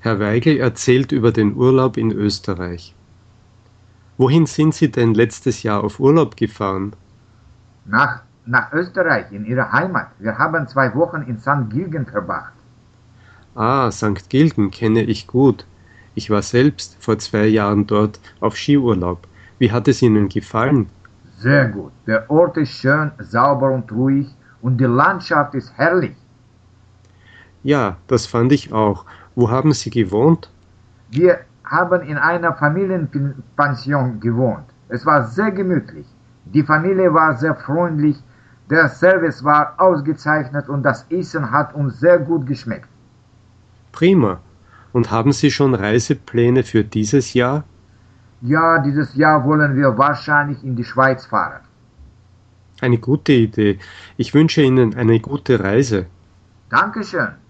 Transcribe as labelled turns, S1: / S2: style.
S1: Herr Weigel erzählt über den Urlaub in Österreich. Wohin sind Sie denn letztes Jahr auf Urlaub gefahren?
S2: Nach, nach Österreich, in Ihre Heimat. Wir haben zwei Wochen in St. Gilgen verbracht.
S1: Ah, St. Gilgen kenne ich gut. Ich war selbst vor zwei Jahren dort auf Skiurlaub. Wie hat es Ihnen gefallen?
S2: Sehr gut. Der Ort ist schön, sauber und ruhig und die Landschaft ist herrlich.
S1: Ja, das fand ich auch. Wo haben Sie gewohnt?
S2: Wir haben in einer Familienpension gewohnt. Es war sehr gemütlich. Die Familie war sehr freundlich, der Service war ausgezeichnet und das Essen hat uns sehr gut geschmeckt.
S1: Prima. Und haben Sie schon Reisepläne für dieses Jahr?
S2: Ja, dieses Jahr wollen wir wahrscheinlich in die Schweiz fahren.
S1: Eine gute Idee. Ich wünsche Ihnen eine gute Reise.
S2: Dankeschön.